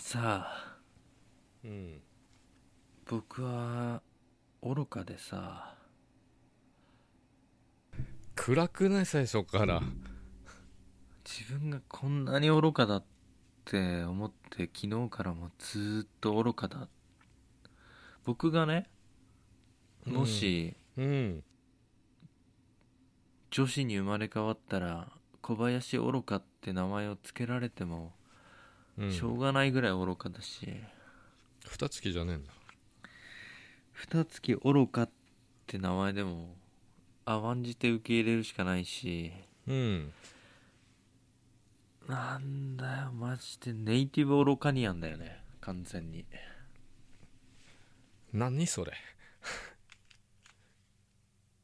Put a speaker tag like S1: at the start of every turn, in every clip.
S1: さ
S2: うん
S1: 僕は愚かでさ
S2: 暗くない最初から
S1: 自分がこんなに愚かだって思って昨日からもずーっと愚かだ僕がねもし
S2: うん
S1: 女子に生まれ変わったら小林愚かって名前を付けられても
S2: うん
S1: しょうがないぐらい愚かだし、
S2: 二月じゃねえんだ
S1: 二月愚かって名前でも甘んじて受け入れるしかないし
S2: うん
S1: なんだよマジでネイティブ愚かニアンだよね完全に
S2: 何それ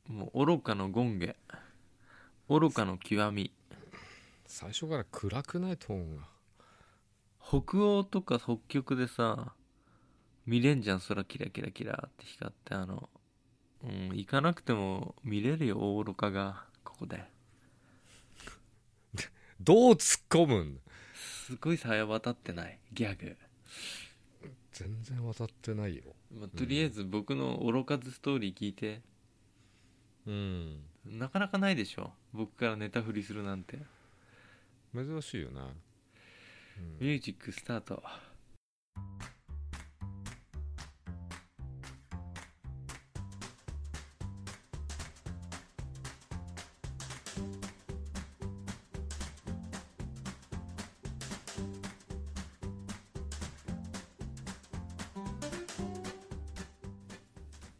S1: もう愚かの権下愚かの極み
S2: 最初から暗くないトーンが
S1: 北欧とか北極でさ見れんじゃん空キラキラキラって光ってあのうん行かなくても見れるよ大愚かがここで
S2: どう突っ込むん
S1: すごいさや渡ってないギャグ
S2: 全然渡ってないよ
S1: まあとりあえず僕の愚かずストーリー聞いて、
S2: うん
S1: なかなかないでしょ僕からネタ振りするなんて
S2: 珍しいよな、うん
S1: ミュージックスタート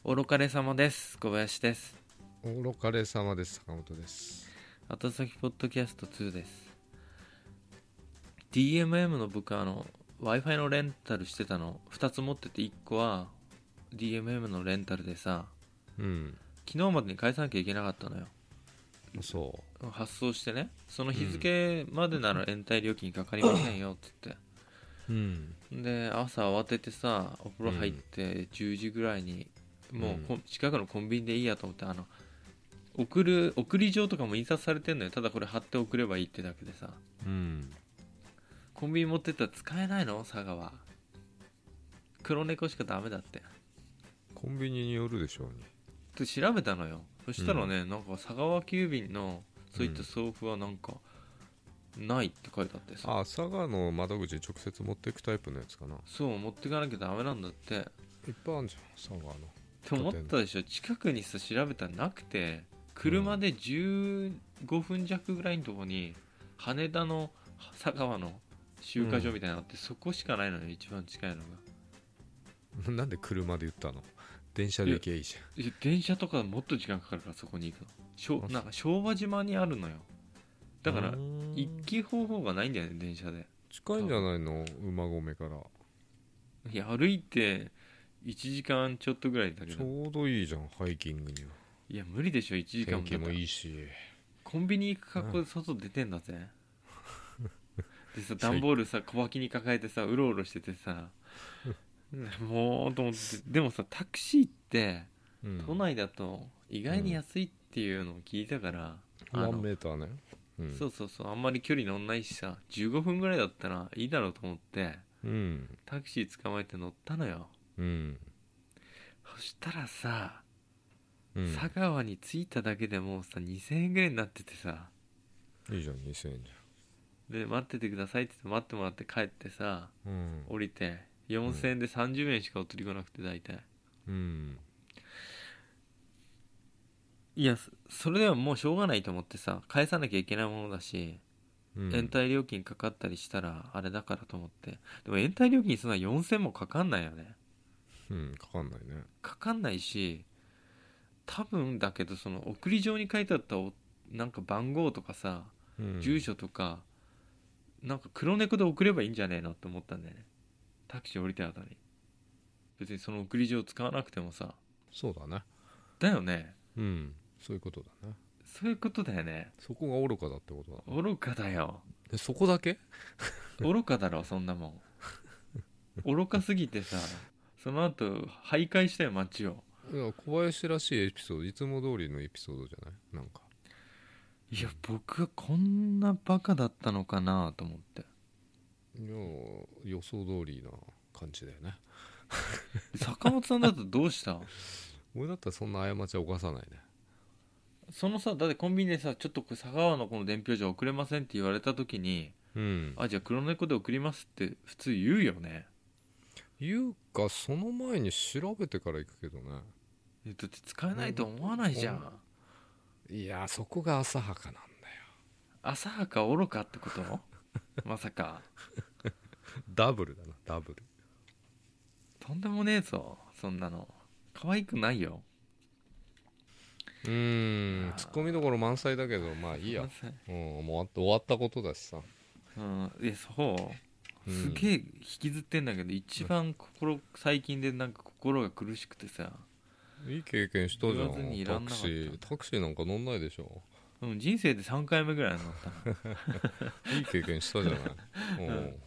S1: おろかれ様です小林です
S2: 愚かれ様です坂本です
S1: 後先ポッドキャスト2です DMM の僕あの w i f i のレンタルしてたの2つ持ってて1個は DMM のレンタルでさ
S2: うん
S1: 昨日までに返さなきゃいけなかったのよ
S2: そ
S1: 発送してねその日付までなら延滞料金かかりませんよっつって、
S2: ううん
S1: で朝慌ててさお風呂入って10時ぐらいに、もうこ近くのコンビニでいいやと思ってあの送る送り状とかも印刷されてんのよただこれ貼って送ればいいってだけでさ
S2: うん
S1: コンビニ持ってったら使えないの佐賀は黒猫しかダメだって
S2: コンビニによるでしょうね
S1: で調べたのよそしたらね、なんか佐川急便のそういった送付はなんか、ないって書いてあってさ
S2: あ佐賀の窓口に直接持っていくタイプのやつかな
S1: そう持ってかなきゃダメなんだってっ
S2: いっぱいあるじゃん佐賀の
S1: て思ったでしょ近くにさ調べたらなくて車で15分弱ぐらいのとこに羽田の佐川の集荷所みたいなのあって、そこしかないのよ一番近いのが
S2: なんで車で言ったの電車で行けばいいじ
S1: いや電車とかもっと時間かかるからそこに行くのしょ
S2: あそう
S1: なんか昭和島にあるのよだ
S2: ゃん
S1: から
S2: うーん
S1: 一気方法がないんだよね電車で
S2: 近いんじゃないの馬込から
S1: いや歩いて1時間ちょっとぐらいだけ
S2: ち
S1: ど
S2: ょうどいいじゃんハイキングにはい
S1: や無理でしょ1時間
S2: 天気もい
S1: い
S2: いし
S1: コンビニ行く格好で外出てんだぜ、でさ段ボールさ小脇に抱えてさうろうろしててさもうと思ってでもさタクシーって
S2: うん
S1: 都内だと意外に安いっていうのを聞いたから、あ
S2: ワ
S1: の
S2: ンメーターねうん
S1: そうそうそうあんまり距離乗んないしさ15分ぐらいだったらいいだろうと思って
S2: うん
S1: タクシー捕まえて乗ったのよ
S2: うん
S1: そしたらさ、
S2: うん
S1: 佐川に着いただけでもうさ2000円ぐらいになっててさ
S2: いいじゃん2000円じ
S1: で待っててくださいって言って待ってもらって帰ってさ
S2: ゃんうん
S1: 降りて4000円で30円しかお釣り来なくて大体
S2: うん
S1: いやそそれではもうしょうがないと思ってさ返さなきゃいけないものだし
S2: うん
S1: 延滞料金かかったりしたらあれだからと思ってでも延滞料金そんな4000もかかんないよね
S2: うんかかんないね
S1: かかんないし多分だけどその送り状に書いてあったおなんか番号とかさ、
S2: うん
S1: 住所とかなんか黒猫で送ればいいんじゃねえのって思ったんだよねタクシー降りた後に別にその送り状使わなくてもさ
S2: そうだね
S1: だよね
S2: うんそういうことだね
S1: そういうことだよね
S2: そこが愚かだってことだ
S1: 愚かだよ
S2: えそこだけ
S1: 愚かだろそんなもん愚かすぎてさその後徘徊したよ街を
S2: いや小林らしいエピソードいつも通りのエピソードじゃないなんか
S1: いや僕はこんなバカだったのかなと思って
S2: いやい予想通りな感じだよね
S1: 坂本さんだとどうした
S2: 俺だったらそんな過ちは犯さないね
S1: そのさだってコンビニでさちょっとこれ佐川のこの伝票じゃ送れませんって言われた時に
S2: うん
S1: あじゃあ黒猫で送りますって普通言うよね
S2: いうかその前に調べてから行くけどね
S1: えだって使えないと思わないじゃん
S2: いやそこが浅はかなんだよ
S1: 浅はか愚かって ことまさか
S2: ダブルだなダブル
S1: とんでもねえぞそんなの可愛くないよ
S2: うーんツッコミどころ満載だけどまあいいや、うん、もう終わったことだしさ
S1: うんいやそう
S2: うん
S1: すげえ引きずってんだけど一番心最近でなんか心が苦しくてさ、
S2: いい経験したじゃん
S1: 言わずにいらんな
S2: タク
S1: かった
S2: シータクシーなんか乗んないでしょ
S1: うん、人生で3回目ぐらいになったない
S2: い経験したじゃな いうん、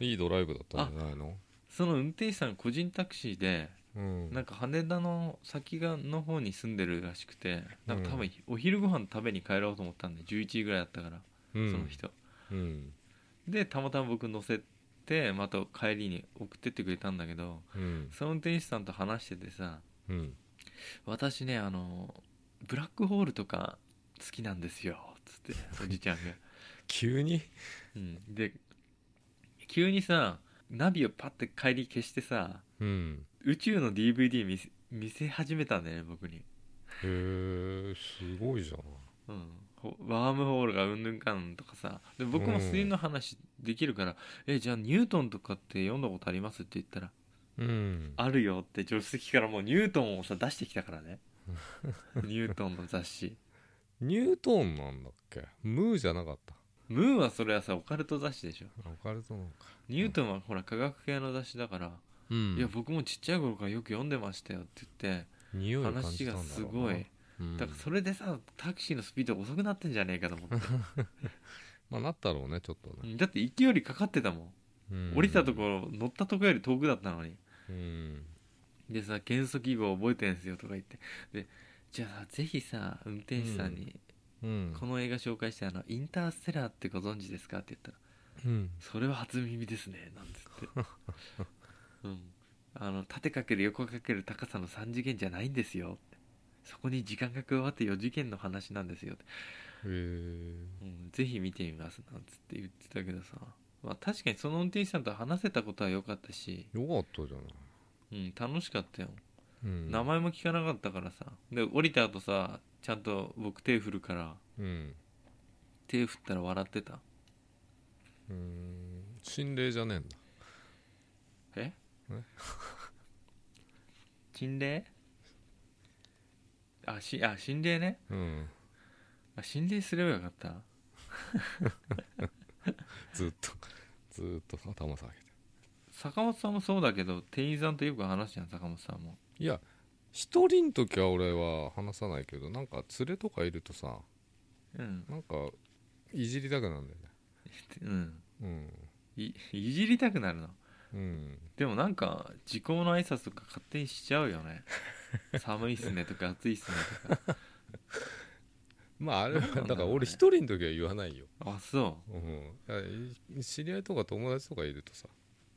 S2: いいドライブだったんじゃないの
S1: その運転手さん個人タクシーで
S2: うん
S1: なんか羽田の先がの方に住んでるらしくてなんか多
S2: う
S1: 分お昼ご飯食べに帰ろうと思ったんで11時ぐらいだったから
S2: う
S1: そ
S2: ん
S1: の人
S2: うん
S1: でたまたま僕乗せてまた帰りに送ってってくれたんだけど
S2: うん
S1: その運転手さんと話しててさ
S2: うん
S1: 私ねあのブラックホールとか好きなんですよつっておじち ゃんが、
S2: 急に
S1: うん、で急にさナビをパッて帰り消してさ
S2: うん
S1: 宇宙の DVD 見せ見せ始めたんだよね僕に、
S2: へえすごいじゃん
S1: うん、ほワームホールがうんぬんかんぬんとかさで僕も水の話できるから「えじゃあニュートンとかって読んだことあります?」って言ったら
S2: うん
S1: 「あるよ」って助手席からもうニュートンをさ出してきたから ねニュートンの雑誌
S2: ニュートーンなんだっけムーじゃなかった
S1: ムーンはそれはさオカルト雑誌でしょ
S2: オカルトなのか
S1: ニュートンはほら科学系の雑誌だから、
S2: うん
S1: いや僕もちっちゃい頃からよく読んでましたよって言って
S2: 匂いを感
S1: 話
S2: じたん
S1: が
S2: だろうな
S1: すごい、
S2: うん
S1: だからそれでさタクシーのスピード遅くなってんじゃねえかと思って
S2: まあなったろうねちょっと
S1: う
S2: ね
S1: んだって勢いよりかかってたもん、
S2: うん
S1: 降りたところ乗ったとこより遠くだったのに
S2: うん
S1: でさ元素記号覚えてんすよとか言ってでじゃあぜひさ運転手さんに、
S2: うん
S1: この映画紹介してあのインターステラーってご存知ですかって言ったら
S2: うん
S1: それは初耳ですねなんつって うんあの縦かける横かける高さの3次元じゃないんですよってそこに時間が加わって4次元の話なんですよって、
S2: へえ
S1: うん、ぜひ見てみますなんつって言ってたけどさ、まあ、確かにその運転手さんと話せたことは良かったし、
S2: よかったじゃない
S1: うん、楽しかったよ、
S2: うん
S1: 名前も聞かなかったからさで降りた後さちゃんと僕手振るから
S2: うん
S1: 手振ったら笑ってた
S2: うん心霊じゃねえんだ
S1: え
S2: え
S1: 心霊あしあ心霊ね
S2: うん
S1: あ心霊すればよかった
S2: ずっとずっと頭下げて
S1: 坂本さんもそうだけど店員さんとよく話すじゃん坂本さんも
S2: いや一人の時は俺は話さないけどなんか連れとかいるとさ
S1: うん
S2: なんかいじりたくなるんだよ
S1: うん
S2: ね
S1: いいじりたくなるの
S2: うんうん
S1: でもなんか時効の挨拶とか勝手にしちゃうよ ね寒いっすねとか暑いっすねとか
S2: まああれは
S1: なんなんだろうね
S2: だから俺一人の時は言わないよ、
S1: あそ
S2: うんだからい、知り合いとか友達とかいるとさ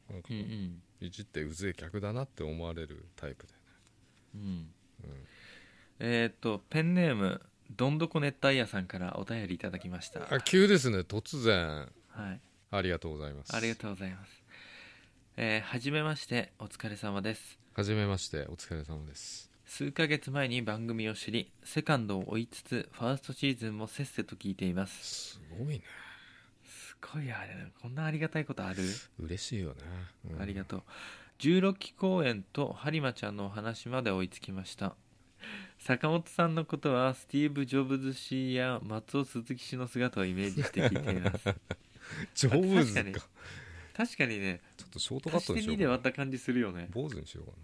S2: なんか
S1: ううん
S2: いじってうぜえ客だなって思われるタイプで
S1: うんうん
S2: うん
S1: えーっとペンネームどんどこ熱帯夜さんからお便りいただきました
S2: あ急ですね突然
S1: はい
S2: ありがとうございます
S1: ありがとうございます。えーはじめまして、お疲れ様です。
S2: はじめましてお疲れ様です
S1: 数ヶ月前に番組を知り、セカンドを追いつつ、ファーストシーズンもせっせと聞いています。
S2: すごいね
S1: すごいあれ、こんなありがたいことある、
S2: 嬉しいよね、うん
S1: ありがとう。16期公演とハリマちゃんのお話まで追いつきました。坂本さんのことはスティーブ・ジョブズ氏や松尾鈴木氏の姿をイメージして聞いています
S2: ジョブズか
S1: 確か確かにね
S2: ちょっとショートカ
S1: 足
S2: ット
S1: し
S2: に
S1: て2
S2: しよ
S1: で
S2: うかな
S1: 割った感じするよね
S2: 坊主にしようかな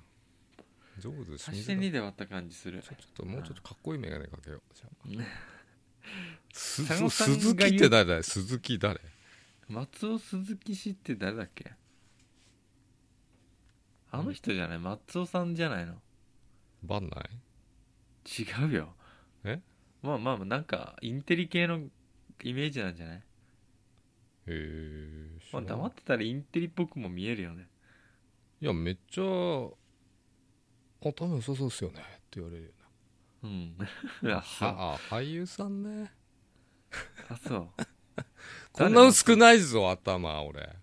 S2: ジョブズ
S1: 足
S2: 清
S1: し
S2: 水
S1: て
S2: だ
S1: 2で割った感じする
S2: ちょちょっともうちょっとかっこいい眼鏡かけようじゃあす
S1: 坂本さんが言う
S2: 鈴木って誰だよ鈴木誰
S1: 松尾鈴木氏って誰だっけあの人じゃない松尾さんじゃないの
S2: バンナイ
S1: 違うよ
S2: え
S1: まあまあなんかインテリ系のイメージなんじゃない
S2: へえ
S1: まあ、黙
S2: っ
S1: ってたらインテリっぽくも見えるよね
S2: いやめっちゃ「あ多分良さそうっすよね」って言われるよな
S1: うんあそう
S2: ああ俳優さんね
S1: あそう
S2: こんな薄くないぞ頭俺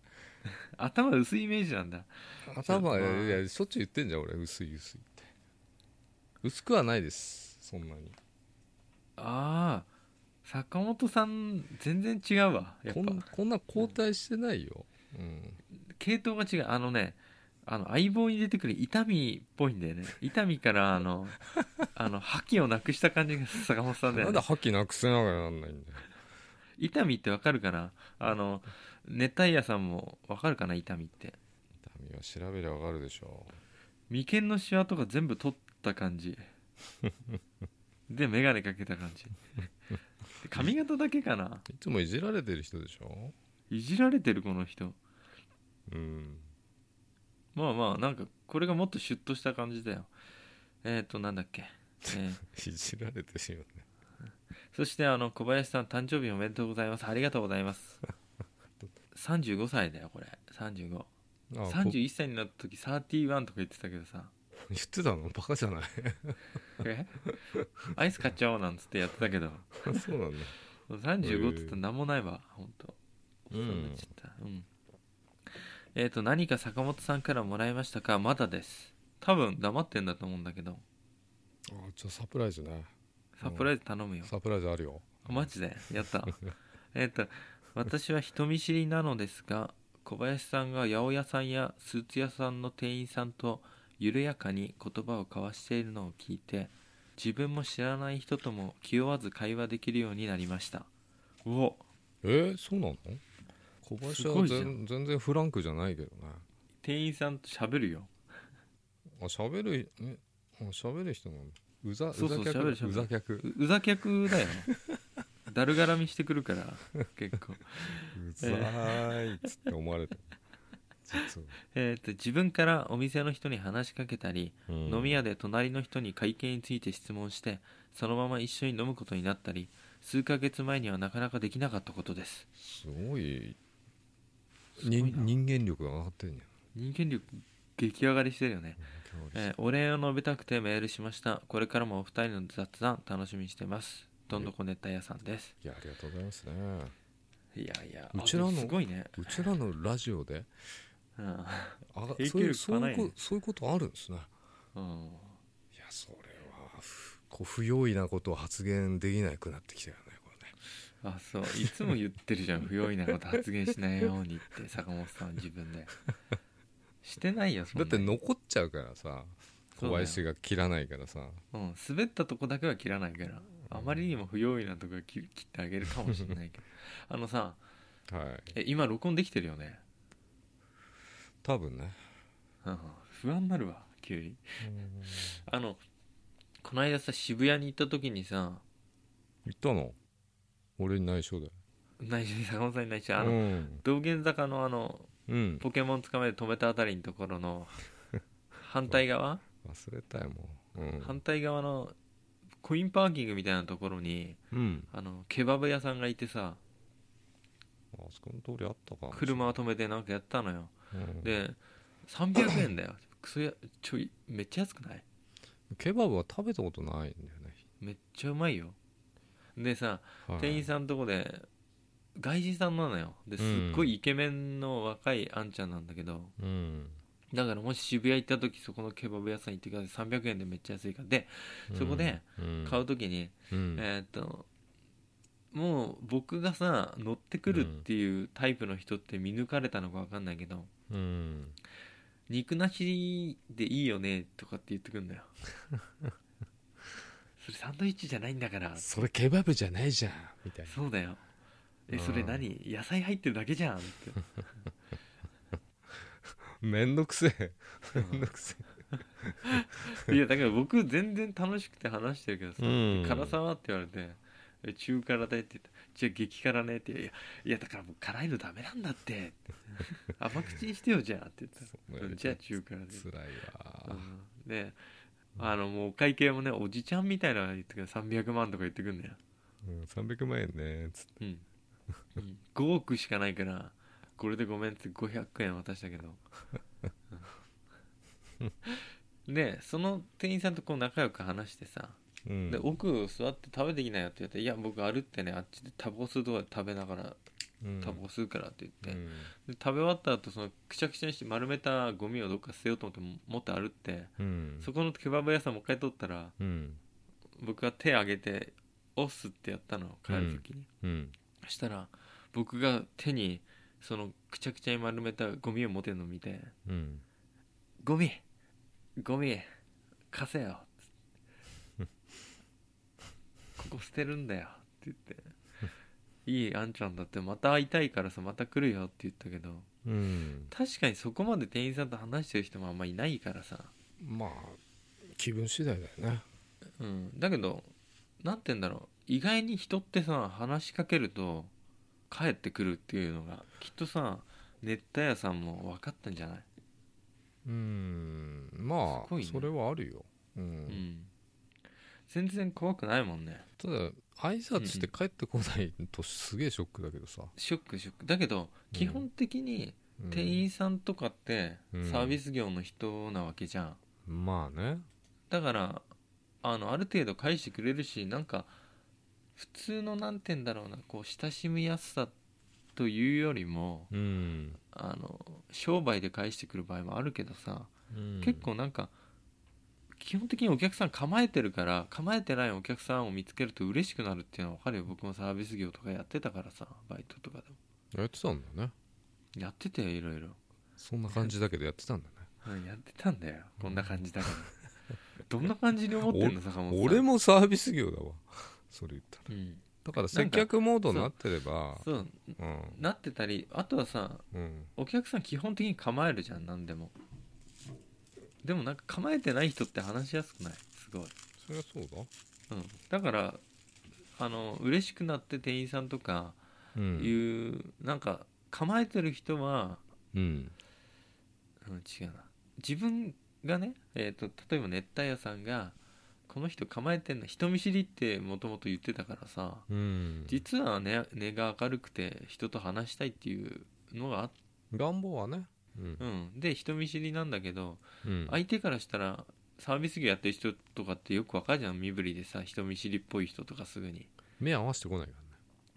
S1: 頭薄いイメージなんだ
S2: 頭
S1: い
S2: い
S1: やまあ
S2: やいやしょっちゅう言ってんじゃん俺薄い薄いって薄くはないですそんなに
S1: ああ坂本さん全然違うわやっ
S2: こん
S1: ぱ
S2: こんな交代してないよ、うん、
S1: 系統が違うあのねあの相棒に出てくる痛みっぽいんだよね痛みからあのあの覇気をなくした感じが坂本さんだ
S2: な
S1: よ
S2: んで
S1: ね
S2: 覇気なくせながらなんないんだよ
S1: 痛みってわかるかなあの熱帯夜さんもわかるかな痛みって
S2: 痛みは調べりゃわかるでしょ
S1: 眉間のシワとか全部取った感じで眼鏡かけた感じで髪型だけかない
S2: つもいじられてる人でしょ
S1: いじられてるこの人
S2: うん
S1: まあまあなんかこれがもっとシュッとした感じだよえっ、となんだっけ、えー
S2: いじられてるよね
S1: そしてあの小林さん誕生日おめでとうございますありがとうございます 35歳だよこれ3531
S2: ああこ
S1: 歳になった時31とか言ってたけどさ
S2: 言ってたのバカじゃない
S1: え アイス買っちゃおうなんつってやってたけど
S2: そうなんだ
S1: 35って言ったら何もないわ本当お
S2: うん
S1: 世話になっちゃったうんえっ、と何か坂本さんからもらいましたかまだです多分黙ってんだと思うんだけど
S2: ああちょっとサプライズね
S1: サプライズ頼むよ
S2: サプライズあるよ
S1: マジでやった えっと私は人見知りなのですが小林さんが八百屋さんやスーツ屋さんの店員さんと緩やかに言葉を交わしているのを聞いて自分も知らない人とも気負わず会話できるようになりましたうお
S2: えー、そうなの小林は
S1: すごいじゃ
S2: 全全然フランクじゃないけどね
S1: 店員さんと喋るよ
S2: あ喋るえあ喋る人なのうざう
S1: そうそう
S2: ざ客
S1: 喋る喋る
S2: うざ客
S1: ううざ客だよだるがらみしてくるから結構
S2: うざーいっつって 思われた実は、
S1: えっと自分からお店の人に話しかけたり飲み屋で隣の人に会計について質問してそのまま一緒に飲むことになったり数ヶ月前にはなかなかできなかったことです
S2: すごい
S1: ごいな
S2: に人間力が上がってんじ
S1: 人間力激上がりしてるよね、
S2: ゃん
S1: えーお礼を述べたくてメールしましたこれからもお二人の雑談楽しみにしてますどんどこ熱帯屋さんです
S2: いやありがとうございますね
S1: いやいや
S2: うちらの
S1: あすごいね、
S2: うちらのラジオで
S1: うん
S2: あ
S1: 影響
S2: そういう
S1: 力
S2: そう
S1: が
S2: い
S1: な
S2: う
S1: い
S2: ことそういうことあるんですね
S1: うん、
S2: いやそれはふこう不用意なことを発言できなくなってきたよねこれね
S1: あそういつも言ってるじゃん不用意なこと発言しないようにって坂本さんは自分でしてないよそん
S2: だ
S1: な
S2: って残っちゃうからさ小林が切らないからさ
S1: うん、滑ったとこだけは切らないからあまりにも不用意なとこは切切ってあげるかもしれ ないけどあのさ
S2: はい
S1: え今録音できてるよね、
S2: 多分ね
S1: うん、不安になるわ急にあのこの間さ渋谷に行った時にさ
S2: 言ったの俺に内緒だよ
S1: 内緒に坂本さんに内緒あの、
S2: うん、
S1: 道玄坂のあの
S2: うん、
S1: ポケモン捕まえて止めたあたりのところ の反対側
S2: 忘れたよもううん
S1: 反、対側のコインパーキングみたいなところに
S2: うん、
S1: あのケバブ屋さんがいてさ
S2: あそこの通りあったか
S1: 車を止めてなんかやったのよ
S2: うん
S1: で300円だよクソやちょいめっちゃ安くない
S2: ケバブは食べたことないんだよね、
S1: めっちゃうまいよでさ
S2: はい
S1: 店員さんのとこで外人さんなのよですっごいイケメンの若いあんちゃんなんだけど
S2: うん
S1: だからもし渋谷行った時そこのケバブ屋さん行ってください300円でめっちゃ安いからでそこで買う
S2: う
S1: 時に、
S2: ん、うん
S1: えーっともう僕がさ乗ってくるっていうタイプの人って見抜かれたのか分かんないけど
S2: うん
S1: 肉なしでいいよねとかって言ってくん だよそれサンドイッチじゃないんだから
S2: それケバブじゃないじゃんみたいな
S1: そうだよえ
S2: うん
S1: それ何野菜入ってるだけじゃんって
S2: めんどくせえ
S1: う
S2: め
S1: ん
S2: んどくせ
S1: いやだから僕全然楽しくて話してるけどさ「
S2: うん
S1: で辛さは?」って言われて「え中辛だよ」って言った「じゃあ激辛ね」って「いやいやだからもう辛いのダメなんだ って」甘口にしてよじゃあ」って言っ
S2: え
S1: たら「じゃあ中辛で」
S2: つらいわ
S1: うんであのもうお会計もねおじちゃんみたいなのが言ってくる300万とか言ってくんだよ
S2: うん300万円ねつって
S1: うん5億しかないからこれでごめんって500円渡したけどでその店員さんとこう仲良く話してさ、
S2: うん
S1: で奥座って食べてきなよって言って「いや僕歩ってねあっちでタバコ吸うとこで食べながら
S2: うん
S1: タバコ吸うから」って言って、
S2: うん
S1: で食べ終わった後そのくちゃくちゃにして丸めたゴミをどっか捨てようと思って持って歩って、
S2: うん
S1: そこのケバブ屋さんもう一回取ったら
S2: うん
S1: 僕が手上げて「押す」ってやったの帰る時に、
S2: うん
S1: そしたら僕が手にそのくちゃくちゃに丸めたゴミを持てるのを見て
S2: うん
S1: 「ゴミゴミ貸せよ」 ここ捨てるんだよ」って言って「いいあんちゃんだってまた会いたいからさまた来るよ」って言ったけど
S2: うん
S1: 確かにそこまで店員さんと話してる人もあんまいないからさ、
S2: まあ気分次第だよね
S1: うん、だけどなんて言うんだろう意外に人ってさ話しかけると帰ってくるっていうのがきっとさ熱帯夜さんも分かったんじゃない、
S2: うんますあ
S1: ごいね
S2: それはあるよう
S1: うんん、全然怖くないもんね
S2: ただ挨拶して帰ってこないとすげえショックだけどさ
S1: ショックショックだけど
S2: うん
S1: 基本的に
S2: うん
S1: 店員さんとかって
S2: うん
S1: サービス業の人なわけじゃん
S2: まあね
S1: だからあのある程度返してくれるしなんか普通のなんて言うんだろうなこう親しみやすさというよりも
S2: うん
S1: あの商売で返してくる場合もあるけどさ、
S2: うん
S1: 結構なんか基本的にお客さん構えてるから構えてないお客さんを見つけると嬉しくなるっていうのは分かるよ僕もサービス業とかやってたからさバイトとかで
S2: やってたんだね
S1: もやってていろいろ、
S2: そんな感じだけどやってたんだね
S1: うん、やってたんだよこんな感じだからどんな感じに思ってんの坂本さん
S2: 俺、もサービス業だわそれ言ったら
S1: うん、
S2: だから接客モードになってれば
S1: そう
S2: うん
S1: なってたりあとはさ
S2: うん
S1: お客さん基本的に構えるじゃん何でもでもなんか構えてない人って話しやすくないすごい
S2: そりゃそうだ
S1: うん、だからあの嬉しくなって店員さんとか
S2: う
S1: いう、
S2: ん
S1: なんか構えてる人は、
S2: うん
S1: うん、違うな自分がね、えー、と例えば熱帯夜さんがこの人構えてんの人見知りってもともと言ってたからさ
S2: うん
S1: 実はね根が明るくて人と話したいっていうのがあっ
S2: 願望はねうん
S1: うん、で人見知りなんだけど
S2: うん
S1: 相手からしたらサービス業やってる人とかってよくわかるじゃん身振りでさ人見知りっぽい人とかすぐに
S2: 目合わせてこないか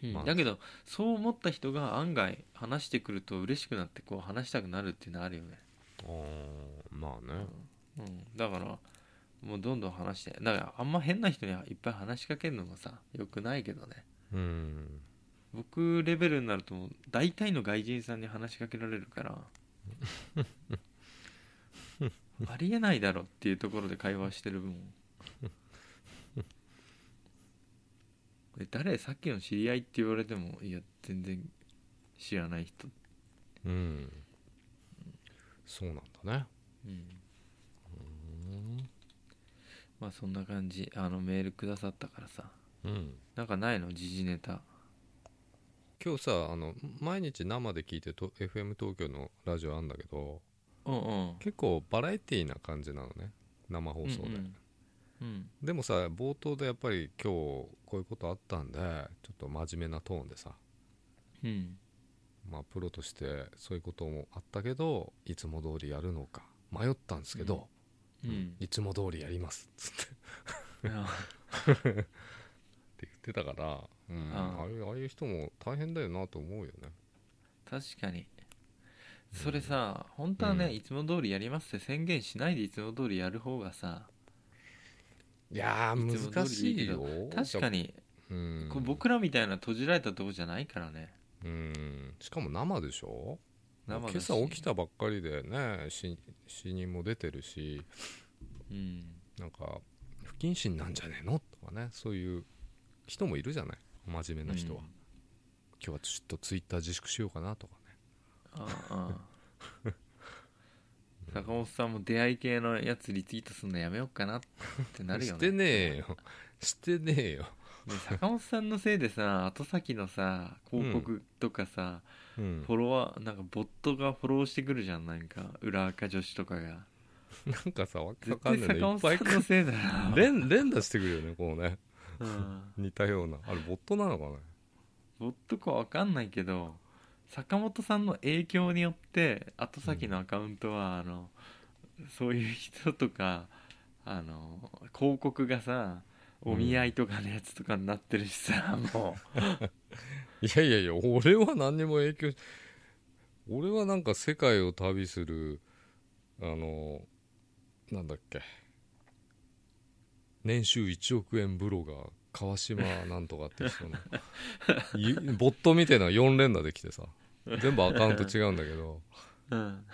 S2: ら
S1: う
S2: ね
S1: ん
S2: まあ
S1: だけどそう思った人が案外話してくると嬉しくなってこう話したくなるっていうのあるよね、
S2: あーまあね
S1: うん、だからもうどんどん話してだからあんま変な人にはいっぱい話しかけるのもさよくないけどね
S2: うん
S1: 僕レベルになるともう大体の外人さんに話しかけられるからありえないだろっていうところで会話してる分え誰さっきの知り合いって言われてもいや全然知らない人
S2: うんそうなんだね
S1: うん
S2: うん
S1: まあそんな感じあのメールくださったからさ
S2: うん
S1: なんかないの時事ネタ
S2: 今日さあの毎日生で聞いてると FM 東京のラジオあんだけど
S1: うんうん
S2: 結構バラエティーな感じなのね生放送で、
S1: うんうん
S2: でもさ冒頭でやっぱり今日こういうことあったんでちょっと真面目なトーンでさ
S1: うん
S2: まあプロとしてそういうこともあったけどいつも通りやるのか迷ったんですけど、
S1: うん、うん
S2: いつも通りやりますっつってって言ってたから、うん
S1: あ
S2: ああいうああいう人も大変だよなと思うよね
S1: 確かにそれさ、本当はね、
S2: うん
S1: いつも通りやりますって宣言しないでいつも通りやる方がさ
S2: いや
S1: いつも
S2: ー難
S1: 通り
S2: し
S1: でい
S2: い
S1: いけ
S2: よ
S1: ど確か
S2: に、
S1: に、
S2: うん、
S1: こう僕らみたいな閉じられたとこじゃないからね
S2: うんしかも生でしょ
S1: 生だ
S2: 今
S1: し
S2: 朝起きたばっかりでね死死人も出てるし
S1: うん
S2: なんか不謹慎なんじゃねえのとかねそういう人もいるじゃない真面目な人は、
S1: うん
S2: 今日はちょっとツイッター自粛しようかなとかね
S1: ああ ああ坂本さんも出会い系のやつリツイートするのやめようかなってなるよ
S2: し
S1: ね
S2: てねえよしてねえよ、
S1: ね坂本さんのせいで さ後先のさ広告とかさ、
S2: うん
S1: フォロワーなんかボットがフォローしてくるじゃんなんか裏垢女子とかが
S2: なんかさわけ
S1: 絶
S2: わか
S1: 対
S2: んないね
S1: 坂
S2: い
S1: 本
S2: っぱい
S1: さんのせいだな
S2: 連連打してくるよねこうね
S1: うん
S2: 似たようなあれボットなのかね
S1: どっとかわかんないけど坂本さんの影響によって後先のアカウントは、あのそういう人とかあの広告がさお見合いとかのやつとかになってるしさ、も
S2: いやいやいや俺は何にも影響し俺はなんか世界を旅するあのなんだっけ年収1億円ブロガー川島なんとかっていう人のゆボット みたいな4連打できてさ全部アカウント違うんだけど
S1: う、うん、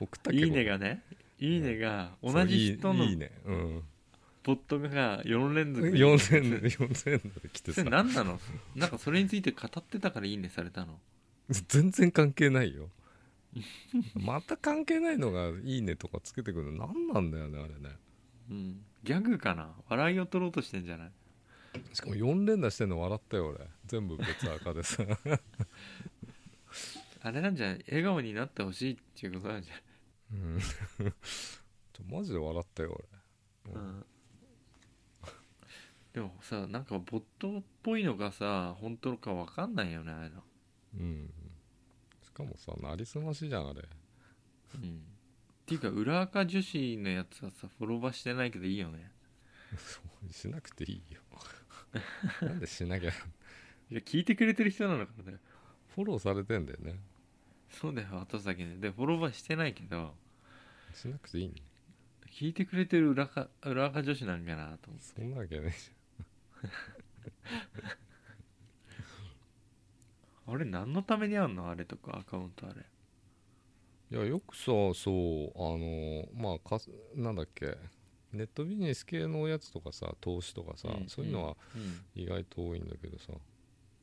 S2: 送ったっけ
S1: いいねがねいいねが
S2: これ
S1: 同じ人
S2: そ
S1: の
S2: ういいいいねうん
S1: ポットが4連続で
S2: 4連打4連打できて
S1: そ
S2: さ
S1: れ何なのなんかそれについて語ってたからいいねされたの
S2: 全然関係ないよ また関係ないのが「いいね」とかつけてくるの何なんだよねあれね
S1: うんギャグかな笑いを取ろうとしてんじゃない
S2: しかも4連打してんの笑ったよ俺全部別赤で さ
S1: あれなんじゃない笑顔になってほしいっていうことなんじゃない
S2: うんちょマジで笑ったよう
S1: うんんでもさなんかボットっぽいのかさ本当かわかんないよねあれの
S2: 俺うんしかもさなりすましじゃんあれ
S1: うんっていうか裏垢女子のやつはさフォロワーしてないけどいいよね
S2: そうしなくていい よなんでしなきゃ
S1: いや聞いてくれてる人なのかな
S2: フォローされてんだよね
S1: そうだよ後先ねでフォロワーしてないけど
S2: しなくていいの
S1: 聞いてくれてる裏垢裏垢女子なんかなと思って
S2: そんなわけね
S1: あれ何のためにあんのあれとかアカウントあれ
S2: いやよくさそうあのまあかすなんだっけネットビジネス系のやつとかさ投資とかさ、
S1: うん
S2: そういうのは
S1: うん
S2: 意外と多いんだけどさ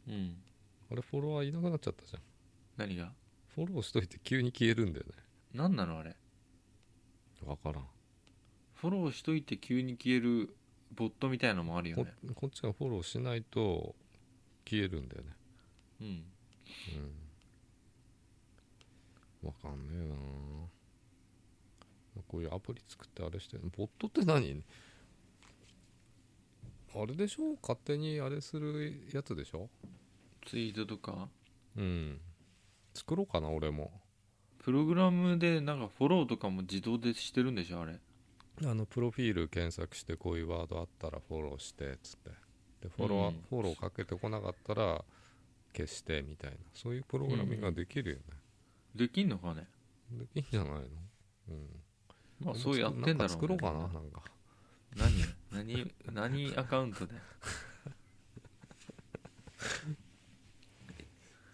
S1: うん
S2: あれフォロワーいなくなっちゃったじゃん
S1: 何が
S2: フォローしといて急に消えるんだよね
S1: 何なのあれ
S2: 分からん
S1: フォローしといて急に消えるボットみたいのもあるよ
S2: こ
S1: ね
S2: こっちがフォローしないと消えるんだよね
S1: うん
S2: うん分かんねえなあこういうアプリ作ってあれしてボットって何あれでしょ勝手にあれするやつでしょ
S1: ツイートとか
S2: うん作ろうかな俺も
S1: プログラムでなんかフォローとかも自動でしてるんでしょあれ
S2: あのプロフィール検索してこういうワードあったらフォローしてっつってでフォロー、
S1: うん
S2: フォローかけてこなかったら消してみたいなそういうプログラミングができるよね、
S1: できんのかね
S2: でいいんじゃないのうん
S1: まあそうやってんだろう、
S2: な
S1: ね、
S2: か作ろうかななんか
S1: 何 何何アカウントで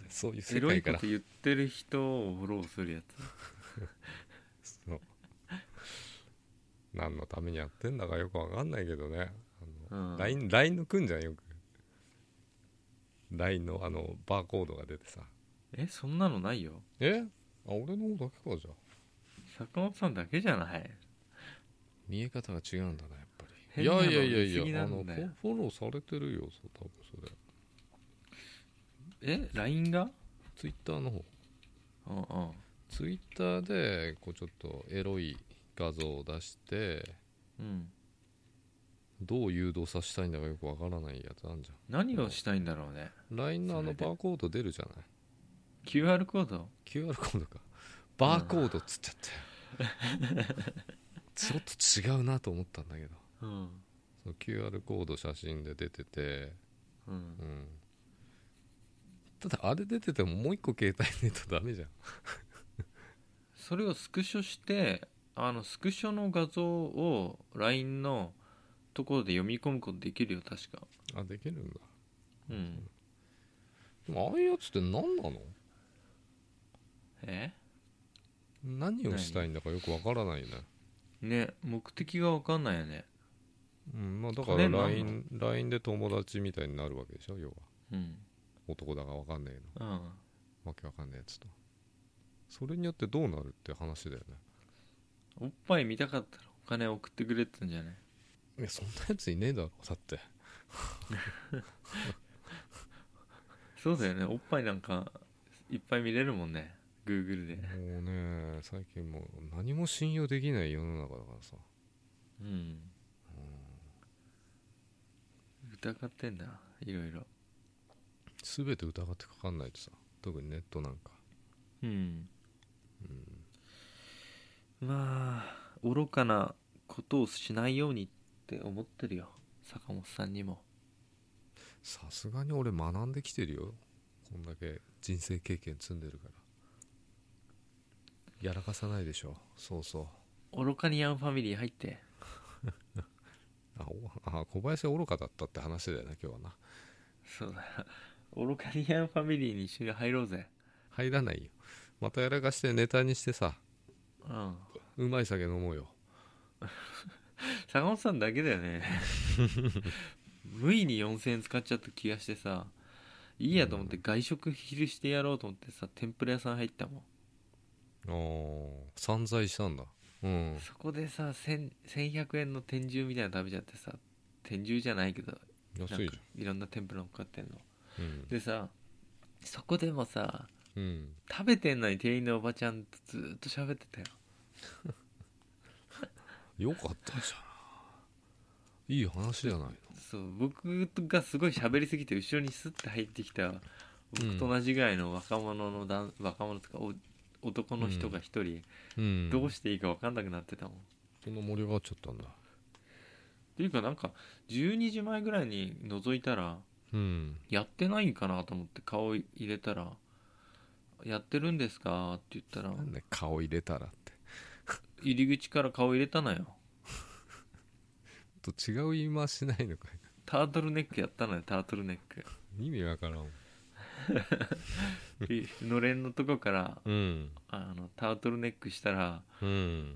S2: そういう世
S1: エロい
S2: 界か
S1: こと
S2: ら
S1: 言ってる人をフォローするやつ
S2: そう何のためにやってんだかよくわかんないけどね
S1: う
S2: あの、
S1: ん
S2: LINE, LINE のくんじゃんよく LINE のあのバーコードが出てさ
S1: えそんなのないよ
S2: えあ俺の方だけかじゃあ
S1: 坂本さんだけじゃない
S2: 見え方が違うんだなやっぱり
S1: 変
S2: い
S1: な
S2: や
S1: の
S2: いやいや
S1: 見過
S2: い
S1: ぎ
S2: や
S1: な
S2: あの
S1: ん
S2: フ
S1: だよ
S2: ォフォローされてるよそう多分それ
S1: え LINE が
S2: ツイッターの方
S1: うんうん
S2: ツイッターでこうちょっとエロい画像を出して
S1: うん
S2: どう誘導させたいんだかよくわからないやつあんじゃん
S1: 何をしたいんだろうね
S2: LINE のあの
S1: それで
S2: バーコード出るじゃない
S1: QR コード
S2: QR コードかバーコードっつっちゃったよちょっと違うなと思ったんだけど
S1: うん
S2: その QR コード写真で出てて、
S1: うん
S2: うん、ただあれ出ててももう一個携帯ねえとダメじゃん
S1: それをスクショしてあのスクショの画像を LINE のところで読み込むことできるよ確か
S2: あできるんだ
S1: うん
S2: でもああいうやつって何なの
S1: え
S2: 何をしたいんだかよくわからないね
S1: ね目的が分かんないよね
S2: うんまあだか
S1: これ
S2: ら
S1: 何なの
S2: LINE, LINE で友達みたいになるわけでしょ要は
S1: うん
S2: 男だかわかんねえの
S1: うん
S2: わけわかんねえやつとそれによってどうなるって話だよね
S1: おっぱい見たかったらお金送ってくれってんじゃない
S2: いやそんなやついねえだろだって
S1: そうだよねおっぱいなんかいっぱい見れるもんね Google で
S2: もうね最近もう何も信用できない世の中だからさ
S1: うん疑ってんだいろいろ
S2: 全て疑ってかかんないとさ特にネットなんか
S1: うん
S2: うん
S1: まあ愚かなことをしないようにって思ってるよ坂本さんにも
S2: さすがに俺学んできてるよこんだけ人生経験積んでるからやらかさないでしょそうそう
S1: 愚かにヤンファミリー入って
S2: あおあ小林は愚かだったって話だよな今日はな
S1: そうだ な愚かにヤンファミリーに一緒に入ろうぜ
S2: 入らないよまたやらかしてネタにしてさ
S1: うん
S2: うまい酒飲もうよ
S1: 坂本さんだけだよ ね無意に4000円使っちゃった気がしてさいいやと思って外食昼してやろうと思ってさ天ぷら屋さん入ったもん
S2: あー散財したんだうん
S1: そこでさ1000 1100円の天重みたいなの食べちゃってさ天重じゃないけどな
S2: 安
S1: ん
S2: い
S1: か
S2: じ
S1: いろんな天ぷら乗っかってんの
S2: ゃんうん
S1: でさそこでもさ
S2: うん
S1: 食べてんのに店員のおばちゃんとずーっと喋ってたよ
S2: よかったじゃんいい話じゃないの
S1: そう僕がすごい喋りすぎて後ろにスッて入ってきた僕と同じぐらいの若者のだ、ん、若者とかお男の人が一人、
S2: うん
S1: どうしていいか分かんなくなってたもん、っ
S2: そんな盛り上がっちゃったんだ
S1: ていうかなんか12時前ぐらいに覗いたら
S2: うん
S1: やってないんかなと思って顔入れたら「やってるんですか?」って言ったら
S2: なんで顔入れたらって
S1: 入り口から顔入れたのよ
S2: と違う言い回しないのかい
S1: タートルネックやったのよタートルネック
S2: 意味わからん
S1: でのれんのとこから
S2: うん
S1: あのタートルネックしたら
S2: うん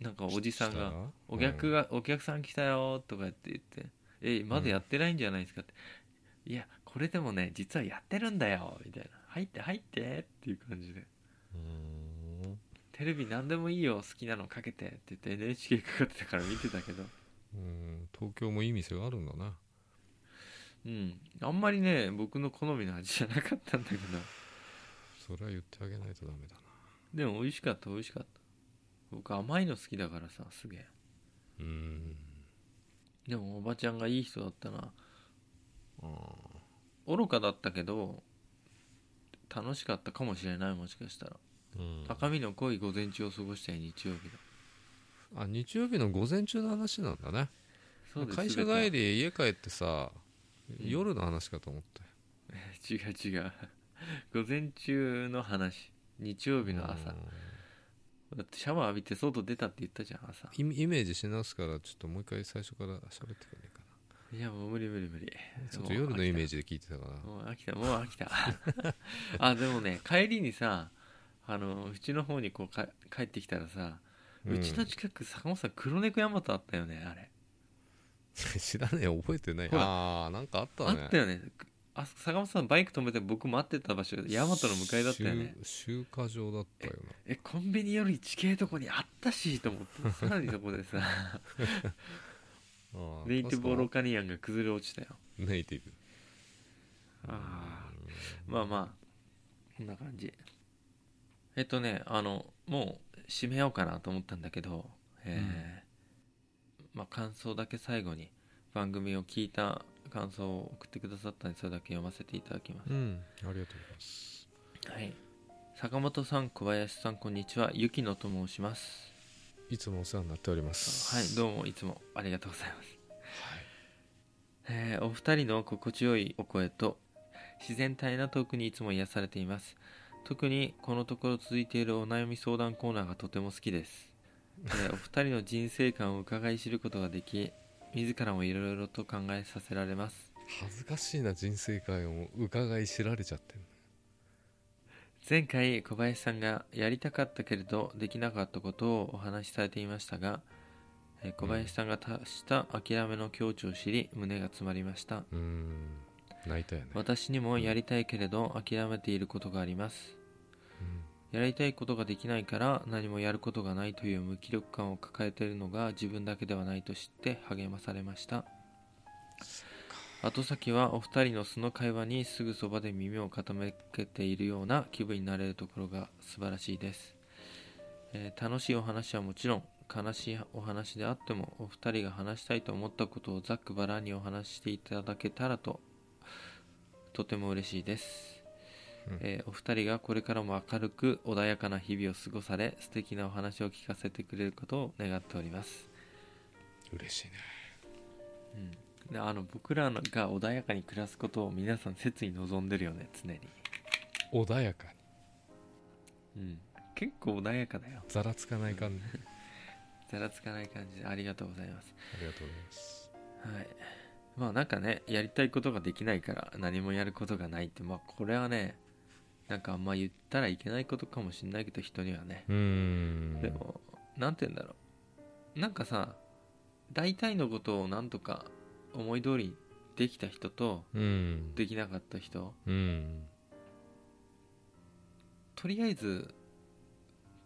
S1: なんかおじさんが「お客
S2: が
S1: が、お客さん来たよ」とかって言って「えまだやってないんじゃないですか」って「いやこれでもね実はやってるんだよ」みたいな「入って入って」っていう感じで
S2: うん
S1: 「テレビ何でもいいよ好きなのかけて」って言って NHK かかってたから見てたけど
S2: うん東京もいい店があるんだな
S1: うんあんまりね僕の好みの味じゃなかったんだけど
S2: それは言ってあげないとダメだな
S1: でも美味しかった美味しかった僕甘いの好きだからさすげえ
S2: うん
S1: でもおばちゃんがいい人だったな
S2: あ
S1: 愚かだったけど楽しかったかもしれないもしかしたら
S2: ーうん
S1: 高みの濃い午前中を過ごしたい日曜日だ
S2: あ日曜日の午前中の話なんだね
S1: そうです
S2: 会社帰
S1: 全て
S2: り家帰ってさ、
S1: うん
S2: 夜の話かと思って
S1: は違う違う 午前中の話日曜日の朝、だってシャワー浴びて外出たって言ったじゃん朝
S2: イメイメージし直すからちょっともう一回最初から喋ってくれないか
S1: いやもう無理無理無理
S2: なちょっと夜のイメージで聞いてたから
S1: もう飽きたもう飽きた あでもね帰りにさあのうちの方にこうか帰ってきたらさ、うちの近く坂本さん黒猫ヤマトあったよねあれ
S2: 知らねえ覚えてない
S1: ほら
S2: ああなんかあったね
S1: あったよねあ坂本さんバイク止めて僕待ってた場所ヤマトの向かいだったよね
S2: 集集荷場だったよな
S1: えコンビニより地形とこにあったしと思 ってさらにそこでさ
S2: あー
S1: ネイティブオロ
S2: 確か
S1: カニアンが崩れ落ちたよ
S2: ネイティブ
S1: あーまあまあこんな感じえっとねあのもう締めようかなと思ったんだけど、えーまあ、感想だけ最後に番組を聞いた感想を送ってくださったんでそれだけ読ませていただきます
S2: うんありがとうございます
S1: はい坂本さん小林さんこんにちはゆきのと申します
S2: いつもお世話になっております
S1: はいどうもいつもありがとうございますえーお二人の心地よいお声と自然体なトークにいつも癒されています特にこのところ続いているお悩み相談コーナーがとても好きです、えー お二人の人生観を伺い知ることができ自らもいろいろと考えさせられます
S2: 恥ずかしいな人生観を伺い知られちゃってる
S1: 前回小林さんがやりたかったけれどできなかったことをお話しされていましたが、えー小林さんが達した諦めの境地を知り胸が詰まりました
S2: うーん泣いたよね
S1: 私にもやりたいけれど諦めていることがありますやりたいことができないから何もやることがないという無気力感を抱えているのが自分だけではないと知って励まされました後先はお二人の素の会話にすぐそばで耳を傾けているような気分になれるところが素晴らしいです、えー楽しいお話はもちろん悲しいお話であってもお二人が話したいと思ったことをざっくばらんにお話ししていただけたらととても嬉しいです、
S2: うん
S1: えーお二人がこれからも明るく穏やかな日々を過ごされ素敵なお話を聞かせてくれることを願っております、
S2: 嬉しいね
S1: うんで、あの僕らのが穏やかに暮らすことを皆さん切に望んでるよね常に、
S2: 穏やかに
S1: うん、結構穏やかだよ
S2: ざらつかない感じ
S1: ざらつかない感じでありがとうございます
S2: ありがとうございます
S1: はいまあなんかねやりたいことができないから何もやることがないってまあこれはねなんかあんま言ったらいけないことかもしんないけど人にはね
S2: うーん
S1: でも何て言うんだろうなんかさ大体のことをなんとか思い通りできた人と
S2: うん
S1: できなかった人
S2: うん
S1: とりあえず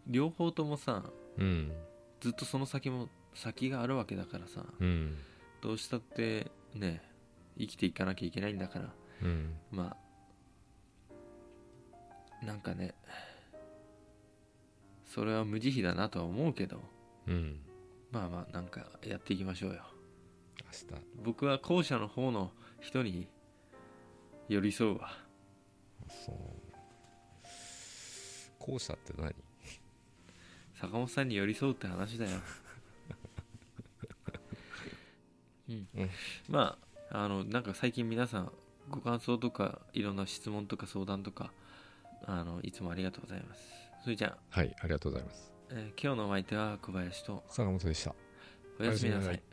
S1: 両方ともさ
S2: うん
S1: ずっとその先も先があるわけだからさ
S2: うん
S1: どうしたってね生きていかなきゃいけないんだから
S2: うん
S1: まあなんかねそれは無慈悲だなとは思うけど
S2: うん
S1: まあまあなんかやっていきましょうよ
S2: 明日
S1: 僕は後者の方の人に寄り添うわ
S2: そう後者って何
S1: 坂本さんに寄り添うって話だよ、 うん
S2: うん
S1: まああのなんか最近皆さんご感想とかいろんな質問とか相談とかあのいつもありがとうございますそれじゃあ、
S2: はいありがとうございます
S1: えー今日のお相手は小林と
S2: 坂本でした
S1: おやすみなさい